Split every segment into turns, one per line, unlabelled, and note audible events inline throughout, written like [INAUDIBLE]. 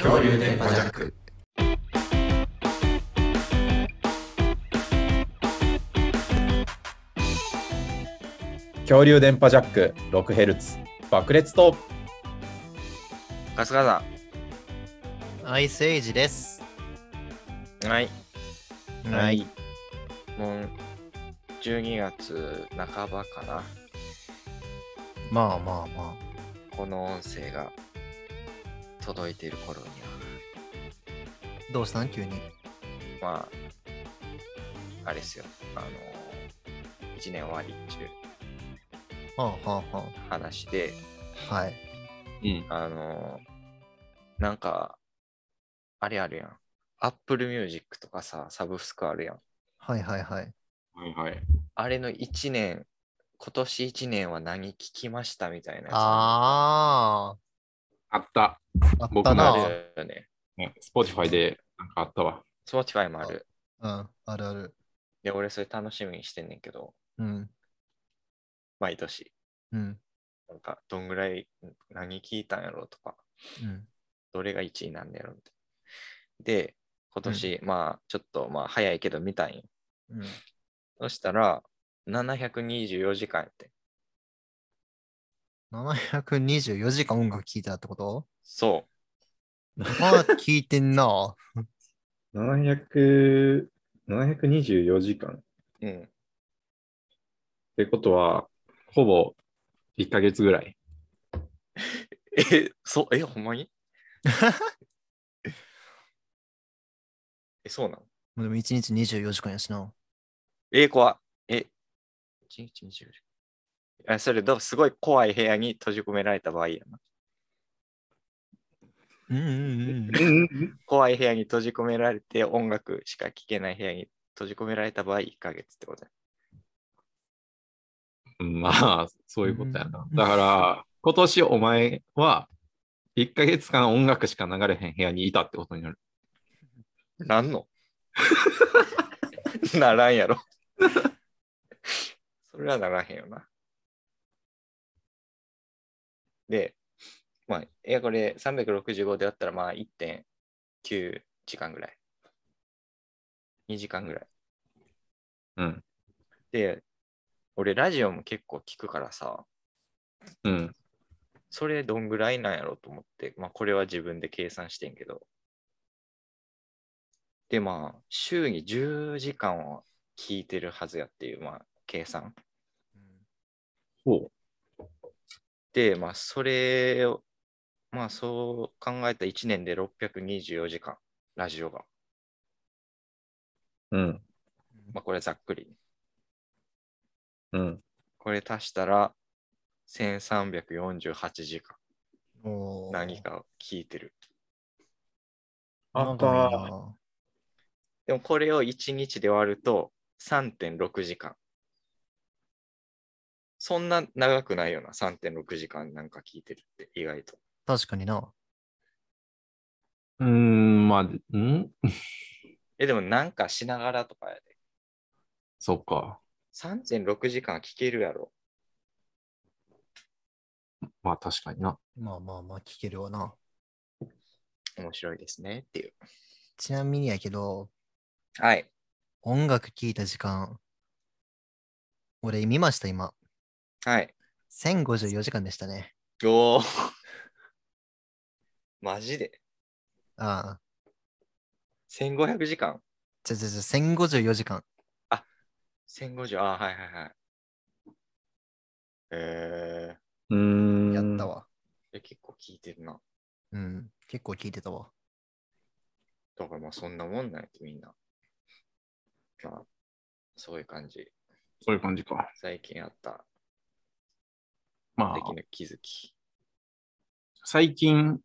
恐竜電波ジャック
恐竜電波ジャック 6Hz 爆裂と、
ガスガ
アイスエイジです。
ザはい
はい
もう12月半ばかな
まあまあま
この音声が届いている頃に
あ。どうしたん急に。
はまああれですよあの1年終わりっていう
はあはあは
話で
あ。はい。
うん、
あのなんかあれあるやん Apple Music とかさサブスクあるやん
はいはいはい。
はいはい
あれの1年今年1年は何聞きましたみたいなやつ
あ
あった
あ。あっ
僕
た
も
な。
あ
う
あ
るよね
ね Spotify でなんかあったわ
Spotify もある
ん。あるある。
で、俺それ楽しみにしてんねんけど、
うん。
毎年。
うん。
なんか、どんぐらい、何聞いたんやろとか、
うん。
どれが1位なんだやろみたいな。で、今年、まあ、ちょっと、まあ、早いけど見たんよ。
うん。
そしたら、724時間やって。
724時間音楽聴いてたってこと
そ
まあ、聴いてんな。
700 724時間っ
う。うん。
てことはほぼ1ヶ月ぐらい
え、そ、え、ほんまに [LAUGHS] え、そうなの
でも1日24時間やしな。
え、怖っえ、1日24時間。あそれどう、すごい怖い部屋に閉じ込められた場合やな。
うんうん
怖い部屋に閉じ込められて音楽しか聴けない部屋に閉じ込められた場合1ヶ月ってことだ。
まあそういうことやなだから今年お前は1ヶ月間音楽しか流れへん部屋にいたってことになる
なんの [LAUGHS] ならんやろ。 [LAUGHS] それはならへんよな。で、まあ、いや、これ365でやったらまあ1.9時間ぐらい。2時間ぐらい。
うん
で、俺ラジオも結構聞くからさ。
うん
それどんぐらいなんやろと思って、まあこれは自分で計算してんけど。でまあ、週に10時間は聞いてるはずやっていう、まあ計算。
ほ
で、まあそれを、まあそう考えた1年で624時間、ラジオが。
ううん
まあこれざっくり。
うん
これ足したら1348時間
うん。おー
何かを聞いてる。
な
あ
ん
っ
かいい
た
な
でもこれを1日で割ると3.6時間。そんな長くないよな、3.6時間なんか聞いてるって、意外と。
確かにな。
うーんまあうん
え、でもなんかしながらとかやで。
そっか
3.6時間は聞けるやろ。
まあ確かにな
まあまあまあ、聴けるわな。
面白いですねっていう。
ちなみにやけど、
はい。
音楽聴いた時間、俺見ました、今。
はい。
1054時間でしたね。
おお。 [LAUGHS] マジで
ああ、
?1500 時間
じゃじゃじゃ、1054時間。
?1050? あー、はいはいはい。えー
うーん
やったわ。
え、結構聞いてるな。
うん、結構聞いてたわ。
だからまあそんなもんなんやてみんな。まあ、そういう感じ。
そういう感じか
最近あった
まあ
的な気づき。
最近、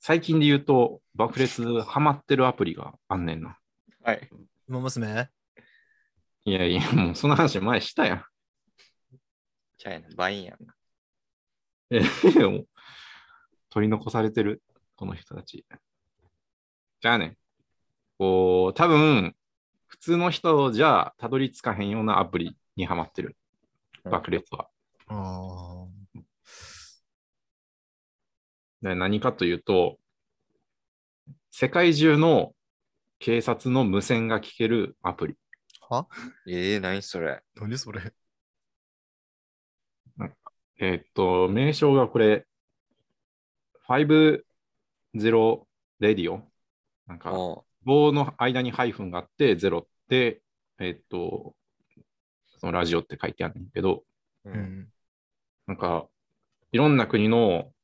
最近で言うと、爆裂ハマってるアプリがあんねんな。
はい。
馬娘
いやいや、もうその話前したやん。
チャイナ、バインやんな。
えもう取り残されてる、この人たち。じゃあね、こう、多分、普通の人じゃたどり着かへんようなアプリにハマってる、爆裂は。
あ
で何かというと、世界中の警察の無線が聞けるアプリ。
は
ええ何それ。
何それ
えーっと、名称がこれ、50レディオ。なんか、
おう
棒の間にハイフンがあって、ゼロって、えーっと、そのラジオって書いてあるんだけど、
う
う。ん。
なんか、いろんな国の、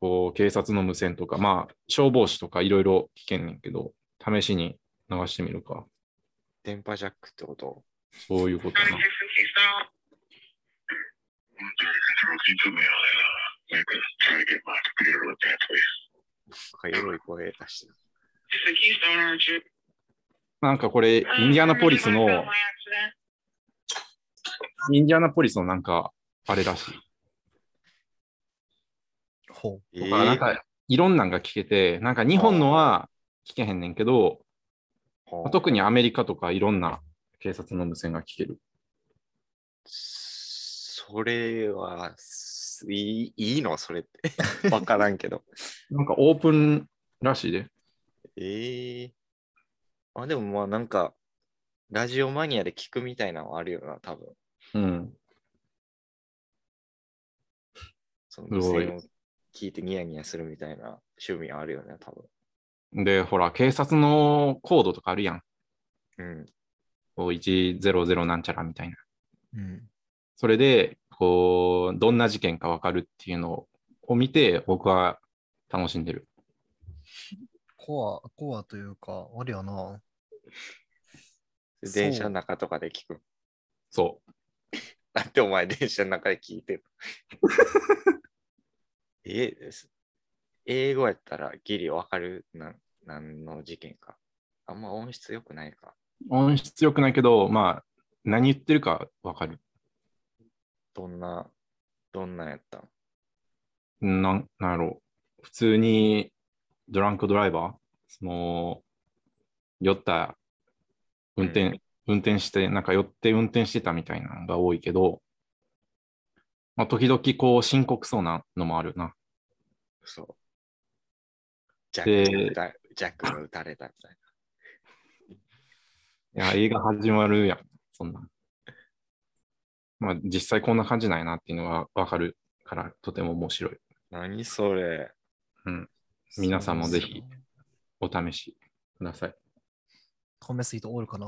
こう、警察の無線とか、まあ、消防士とかいろいろ聞けんねんけど、試しに流してみるか。
電波ジャックってこと
そういうことかな。
かエロい声出してる。
なんかこれ、インディアナポリスの、インディアナポリスのなんか、あれらしい。
ほう。
え
とか、なんか、いろんなんが聞けて、なんか日本のは聞けへんねんけど、
はあ
特にアメリカとかいろんな警察の無線が聞ける。
それは、すいいいいのそれ [LAUGHS] って。わからんけど。
なんかオープンらしいで。
ええあ、でもまあなんか、ラジオマニアで聞くみたいなのはあるよな、多分。
うん。
その
すごい
無線を聞いてニヤニヤするみたいな趣味はあるよね、多分。
で、ほら、警察のコードとかあるやん。
うん。
こう100なんちゃらみたいな。
うん。
それで、こう、どんな事件かわかるっていうのを見て、僕は楽しんでる。
コア、コアというか、あれやな。そう
電車の中とかで聞く。
そ
だってお前電車の中で聞い
[LAUGHS]
てる。えです英語やったらギリわかるな何の事件か。あんま音質良くないか。
う。音質良くないけど、まあ、何言ってるかわかる。
どんな、どんなんやったん
なん、なんやろう。普通に、ドランクドライバーその、酔った、運転、
うん
運転して、なんか酔って運転してたみたいなのが多いけど、まあ、時々こう、深刻そうなのもあるな。
そう。ジャックに撃たジャックが撃たれたみたいな。
い
[LAUGHS]
や、映画始まるやん、そんなん。まあ、実際こんな感じなんやなっていうのがわかるから、とても面白い。
何それ
皆さんもぜ
そう
ひ
ですよね。
お試しください。
試す人おるかな。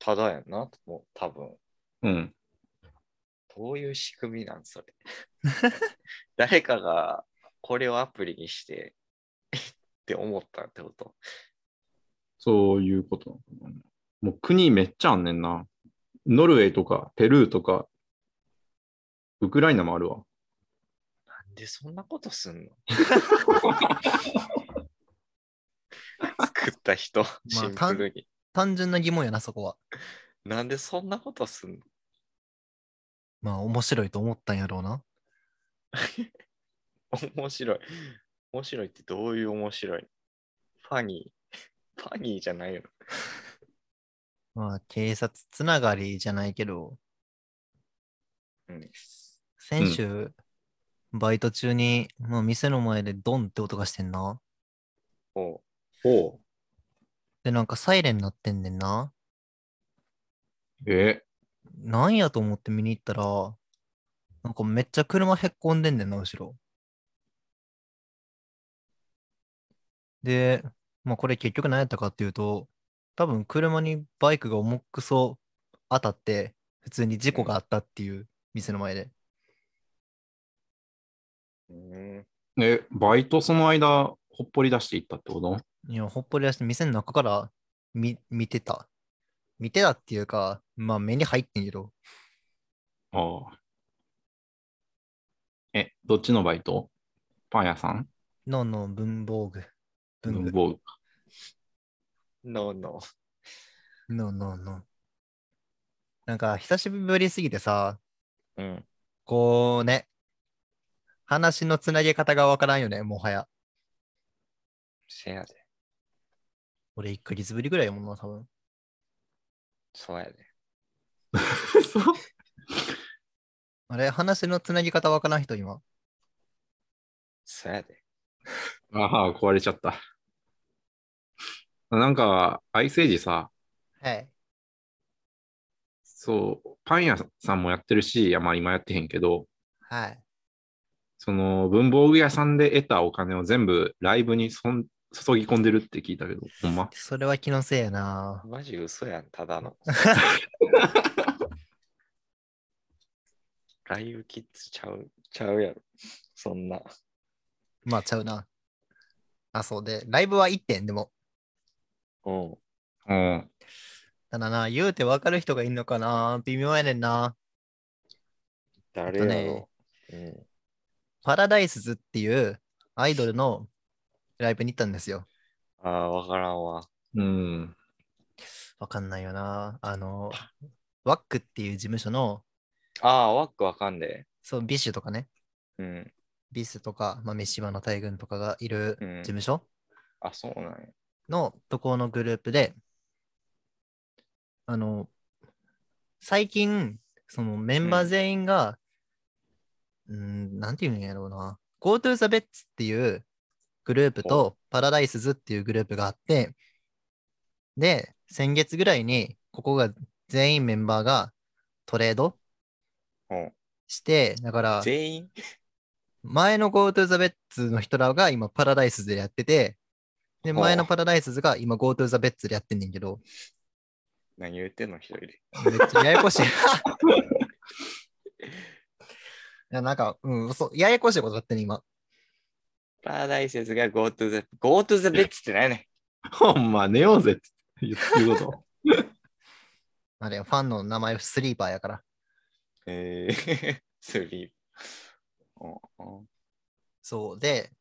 ただやんなもう多分。
うん。
どういう仕組みなんそれ。 [LAUGHS] 誰かがこれをアプリにしてって思ったってこと。
そういうことなのかなもう国めっちゃあんねんな。ノルウェーとか、ペルーとか、ウクライナもあるわ。
なんでそんなことすんの作った人、シンプルに。
単純な疑問やな、そこは。
なんでそんなことすんの
まあ、面白いと思ったんやろうな。
面白い。面白いってどういう面白いファニー。ファニーじゃないよな。
まあ、警察つながりじゃないけど、
うん
先週、バイト中に、もう店の前でドンって音がしてんな。
おう
おう
で、なんかサイレン鳴ってんねんな。
え
なんやと思って見に行ったら、なんかめっちゃ車へっこんでんねんな、後ろ。で、まあこれ結局何やったかっていうと、多分車にバイクが重くそ当たって、普通に事故があったっていう店の前で。
うん。
え、バイトその間、ほっぽり出していったってこと
いや、ほっぽり出して店の中から見見てた。見てたっていうか、まあ目に入ってんけど、
ああ。え、どっちのバイトパン屋さん
のんのん文房具。文
文
具。
房具。
ノーノ
のんのんのん。なんか久しぶりすぎてさ、
ー。うん。
こうね、話のつなげ方がわからんよね、もはや。
せやで。
俺、1ヶ月ぶりぐらいやもんな、多分。
そうやで。
そう
あれ、話のつなぎ方わからん人、今。
そやで。
ああ、壊れちゃった。なんか、アイセージさ、
はい。
そう、パン屋さんもやってるし、いやまあ今やってへんけど、
はい。
その文房具屋さんで得たお金を全部ライブにそん注ぎ込んでるって聞いたけど、ほんま
それは気のせいやな。
マジ嘘やん、ただの。 [LAUGHS] ライブキッズちゃう、ちゃうやろ。そんな。
まあ、ちゃうな。あ、そうで、ライブは1点でも。
うん。
うん。
ただな、言うて分かる人がいんのかな。微妙やねんな。
誰やろ。
パラダイスズっていうアイドルのライブに行ったんですよ。
うん。ああ、わからんわ。
うん。
わかんないよな。あの、ワックっていう事務所の、
ああ、ワックわかんで。
そう、ビッシュとかね、
うん。
ビスとか、まあ、メシバの大群とかがいる
う
事
ん
務所
あ、そうなんや。
のとこのグループで、あの、最近、そのメンバー全員が、うーん、なんていうんやろうな、GoTo the Bets っていうグループと、パラダイスズっていうグループがあって、で、先月ぐらいに、ここが全員メンバーがトレード
うん。
して、だから、
全員
前の GoTo the Bets の人らが今パラダイスでやってて、で、
ほう
前のパラダイスズが今 GoTo the Bets でやってんねんけ [LAUGHS] ど、
何言ってんの一人で。
めっちゃややこ [LAUGHS] しい。いやなんか、うん、そう、ややこしいことだってね、今。
パラダイスが Go to the, Go to the bed ってないねん。
ほんま、寝ようぜって言ってること。
あれよ、ファンの名前スリーパーやから。
えー、 [LAUGHS] スリー。うんうん
そうで、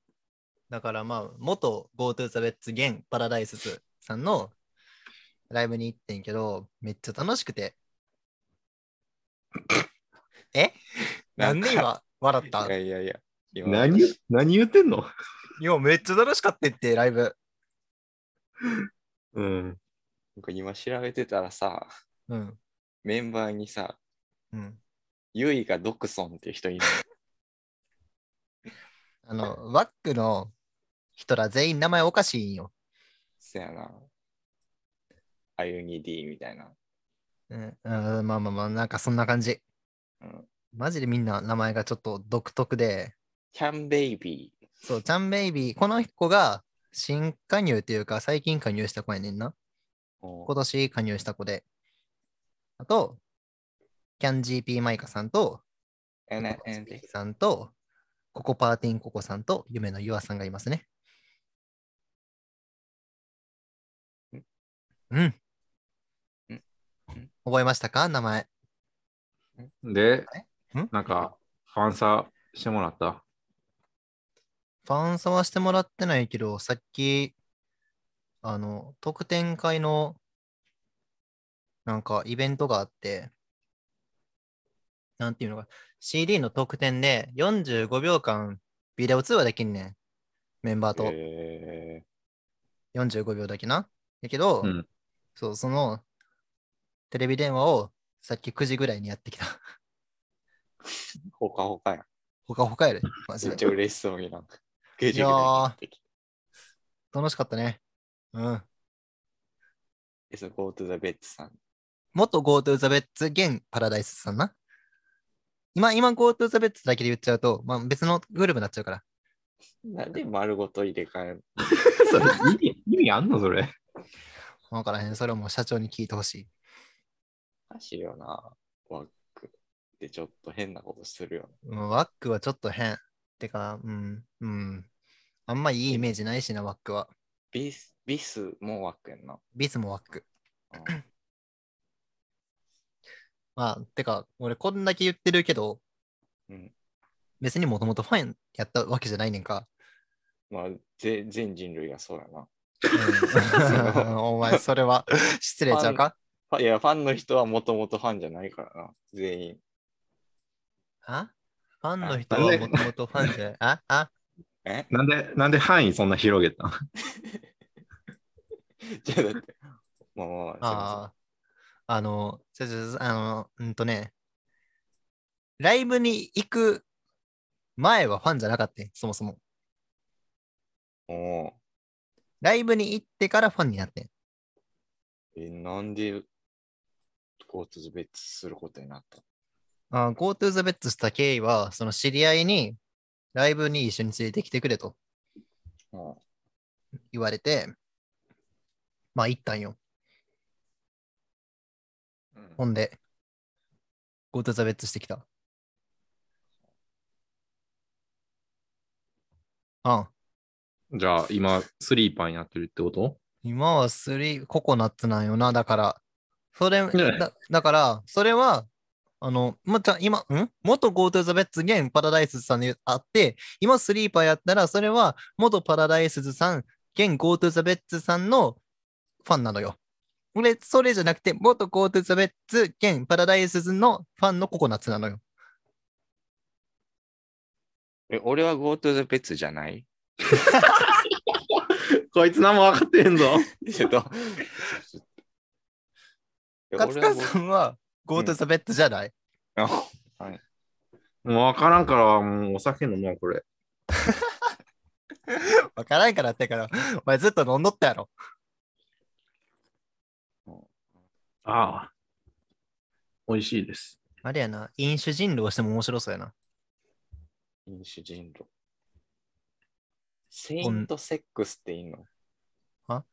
だからまあ、元 GoTo the Bets 現パラダイスズさんのライブに行ってんけど、めっちゃ楽しくて。 [LAUGHS] えなんで
か
今笑った
いやいやいや。今
[LAUGHS] 何言何言ってんの
いや、めっちゃ楽しかったって、ライブ。
うん。
僕今調べてたらさ、
うん。
メンバーにさ、
うん。
ユイがドクソンっていう人いる
あの、ワックの人ら全員名前おかしいんよ。
そやな。あゆに D みたいな。
うん。あーまあまあまあ、なんかそんな感じ。
うん
マジでみんな名前がちょっと独特で、
キャンベイビー。
そう、ちゃんベイビー、この子が新加入っていうか、最近加入した子やねんな。
こ
今年加入した子で。あと、キャン GP マイカさんと、
えねえ
ス
ね
ピキさんと、ココパーティンココさんと、夢のゆあさんがいますね。うん
んん。
覚えましたか名前。
で
えん、
なんか、ファンサーしてもらった。
ファンサはしてもらってないけど、さっき、あの、特典会の、なんかイベントがあって、なんていうのか、CD の特典で45秒間ビデオ通話できんねん。メンバーと。
え
45秒だけな。だけど、
うん
そう、そのテレビ電話をさっき9時ぐらいにやってきた。 [LAUGHS]
ー、ほかほかやん。
ほかほかやで、マジ
めっ
で
ち。ゃ嬉しそうになんか。ゲジ
いやー
ゲジって
楽しかったね。うん。
え、そう、Go to the bed さん。
元 GoTo the Bets 現パラダイスさんな。今、今 GoTo the Bets だけで言っちゃうと、まあ、別のグループになっちゃうから。
なんで丸ごと入れ替える
[LAUGHS] それ意味意味あんのそれ。
わからへん。それはもう社長に聞いてほしい。
おかしいよな。ワック。で、ちょっと変なことするよ
うん、ワックはちょっと変。てか、うん、うん。あんまいいイメージないしな、ワックは。
ビス、ビスもワックやんな。
ビスもワック。
うん
まあ、てか、俺こんだけ言ってるけど、
うん
別にもともとファンやったわけじゃないねんか。
まあ、ぜ全人類がそうやな。
うん [LAUGHS] お前、それは失礼ちゃうか
ファいや、ファンの人はもともとファンじゃないからな。全員。
あファンの人はもともとファン [LAUGHS] じゃない。ああ
え
なんで、なんで範囲そんな広げたん
じゃあだって。まあまあまあ
ああ。あの、ちょちょ、あの、うんとね、ライブに行く前はファンじゃなかったね、そもそも。
おお
ライブに行ってからファンになってん。
ー。え、なんで、こう、別別することになった
あー GoTo the Bets した経緯は、その知り合いにライブに一緒に連れてきてくれと
のうん
言われて、まあ行ったんよ。
うん
ほんで、GoTo the Bets してきた。あん。
じゃあ、今、スリーパーになってるってこと
今はスリー、ココナッツなんよな。だから、それ、
ね
だだから、それは、あの、また今、ん元 GoTo the Bets 現パラダイスさんにあって、今スリーパーやったら、それは元パラダイスさん、現 GoTo the Bets さんのファンなのよ。俺、それじゃなくて、元 GoTo the Bets 現パラダイスのファンのココナッツなのよ。
え、俺は GoTo the Bets じ
[LAUGHS]
ゃない
こいつ何も分かってへんぞ。
えっと。え
勝
俺は
川さんは GoTo the Bets じゃない、
Go-
もう分からんから、もうお酒飲もう、これ。
わからんからってから、お前ずっと飲んどったやろ。
ああ。美味しいです。
あれやな、飲酒人狼しても面白そうやな。
飲酒人狼。セイントセックスっていいの
は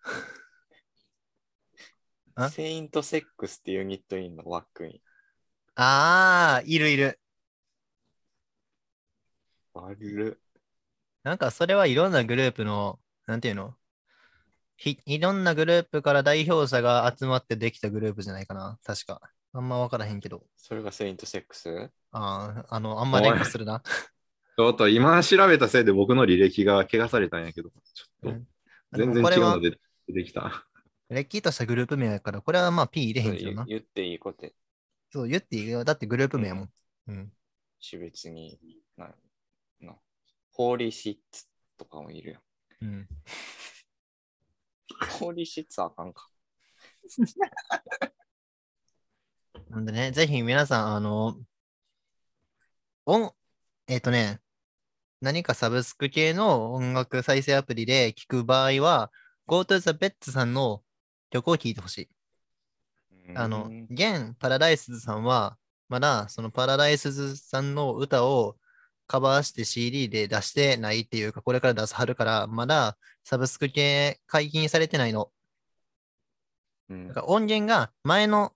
あ
セイントセックスってユニットいんのワックイン。
ああ、いるいる。
悪る。
なんかそれはいろんなグループの、なんていうのひいろんなグループから代表者が集まってできたグループじゃないかな。確か。あんま分からへんけど。
それがセイントセックス
ああ、あの、あんま連呼するな。
ちょっと今調べたせいで僕の履歴が怪我されたんやけど、ちょっと全然
こ
違
れ
う
は
の、で出てきた。
れっきとしたグループ名やから、これはまあ P 入れへんけど
言
な。
言っていいこと、
そう、言っていいよ。だってグループ名やもん。うん。
種別に、な、な、ホーリーシッツとかもいるよ。
うん。
ホーリーシッツはあかんか。
なんでね、ぜひ皆さん、あの、音、えっ、とね、何かサブスク系の音楽再生アプリで聞く場合は、GoTo the Bets さんの曲を聴いてほしい。あの
う、ん
現パラダイスズさんは、まだそのパラダイスズさんの歌をカバーして CD で出してないっていうか、これから出すはるから、まだサブスク系解禁されてないの。
うん
だから音源が前の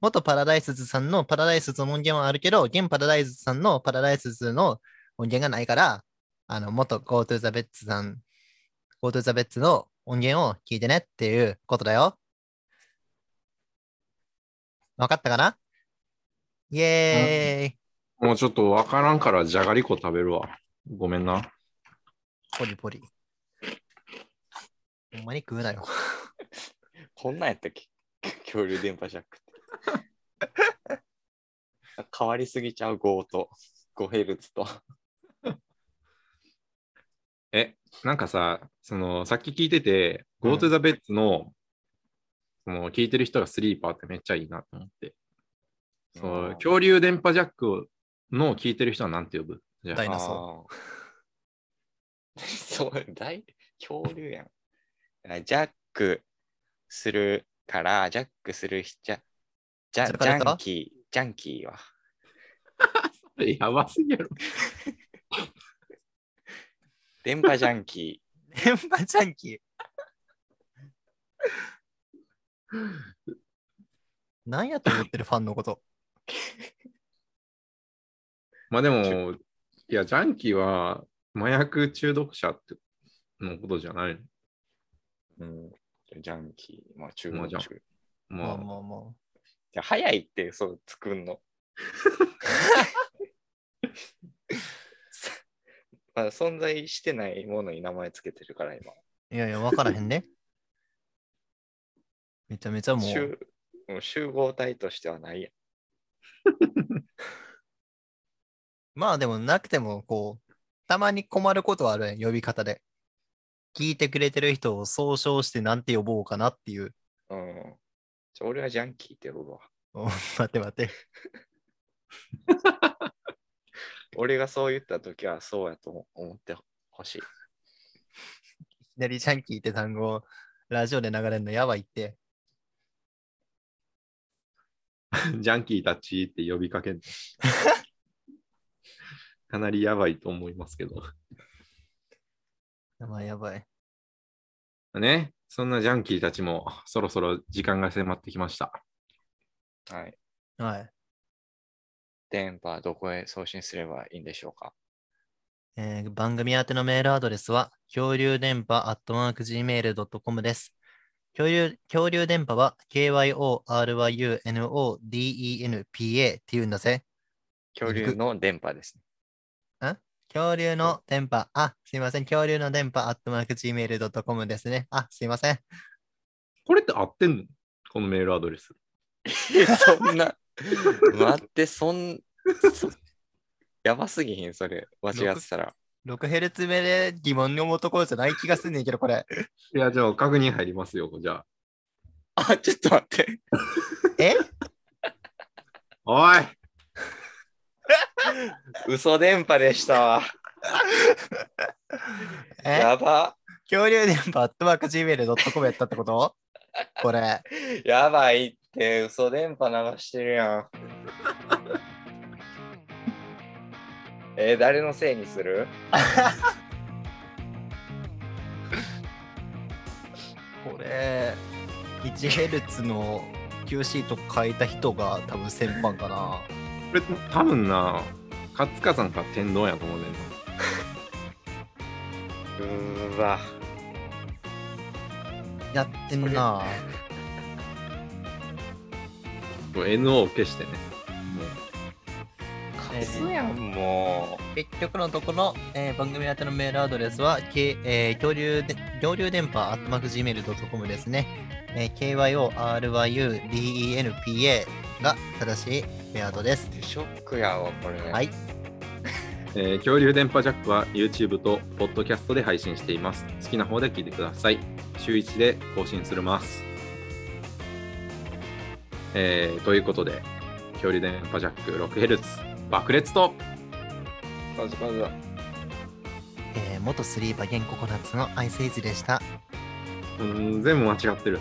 元パラダイスズさんのパラダイスズの音源はあるけど、現パラダイスズさんのパラダイスズの音源がないから、あの元 GoTo the Bets さん、GoTo the Bets の音源を聞いてねっていうことだよ。わかったかなイエーイ、
もうちょっと分からんからじゃがりこ食べるわ。ごめんな。
ポリポリ。ほんまに食うなよ。
こんなんやったっけ [LAUGHS] 恐竜電波ジャックって。 [LAUGHS] 変わりすぎちゃう5と5ヘルツと。
え、なんかさ、そのさっき聞いてて、
うん
GoTo the Bets の、その聞いてる人がスリーパーってめっちゃいいなと思って。そ
あ
の
ー
恐竜電波ジャックをの聞いてる人はなんて呼ぶじゃあ
ダイナソ
あー [LAUGHS] そう、大恐竜やん。あジャックするから、ジャックするひじゃ、じゃ、
そ
ジ
れからか
ャンキー、ジャンキーは。
やばすぎやろ。
電波ジャンキ
電波ジャンキー。何やと思ってるファンのこと。
まあでも、いや、ジャンキーは麻薬中毒者ってのことじゃない
ー。うん、ジャンキー、まあ中
まあ
国
ジャン
中。
の。
まあ
まあ、
まあまあ。
いや早いって、そう、
[LAUGHS]
作んの。さまあ、存在してないものに名前つけてるから、今。
いやいや、わからへんね。めちゃめちゃもう、
集もう集合体としてはないやん。
まあでもなくても、こう、たまに困ることはあるやん、呼び方で。聞いてくれてる人を総称してなんて呼ぼうかなっていう。
うん。ちょ俺はジャンキーって呼ぶわ。
お待って待って。
俺がそう言った時はそうやと思思ってほしい。
きなりジャンキーって単語をラジオで流れるのやばいって。
[LAUGHS] ジャンキーたちって呼びかけるのかなりやばいと思いますけど。
やばいやばい。
ね、そんなジャンキーたちもそろそろ時間が迫ってきました。
はい。
はい。
電波どこへ送信すればいいんでしょう
[LAUGHS]
か
えー番組宛てのメールアドレスは、恐竜電波 at mark gmail.com です。恐竜恐竜電波は KYORYUNODENPA っていうんだぜ。
恐竜の電波ですね。
恐竜の電波、あ、すいません。恐竜の電波 at mark gmail.com ですね。あ、すいません。
これって合ってんのこのメールアドレス。
[LAUGHS] そんな、待って、そん、そやばすぎひん、それ、間違ってたら。
6Hz 目で疑問に思うところじゃない気がすんねんけど、これ。
いや、じゃあ確認入りますよ、じゃあ。
あ、ちょっと待って。
え
おい
嘘電波でしたわ。
え
やば。
恐竜電波 at mark gmail.com やったってことこれ。
やばいって、嘘電波流してるやん。えー誰のせいにする
これ、1Hz の QC とか変えた人が多分先般かな。
これ多分な、勝塚さんか天丼やと思うねんな。
うーわ。
やってんな。
これ NO を消してね。
カスやん、も
結局のところ、えー番組宛てのメールアドレスは、K えー恐竜で恐竜電波 at markgmail.com ですね。えー KYORYUDENPA が正しいメアドです。
う。ショックやわ、これ。
はい。
えー恐竜電波ジャックは YouTube と Podcast で配信しています。好きな方で聞いてください。週1で更新するます。えーということで、恐竜電波ジャック 6Hz 爆裂と
まずまず
えー元スリーパーゲンココナッツのアイスイズでした。
うん全部間違ってる。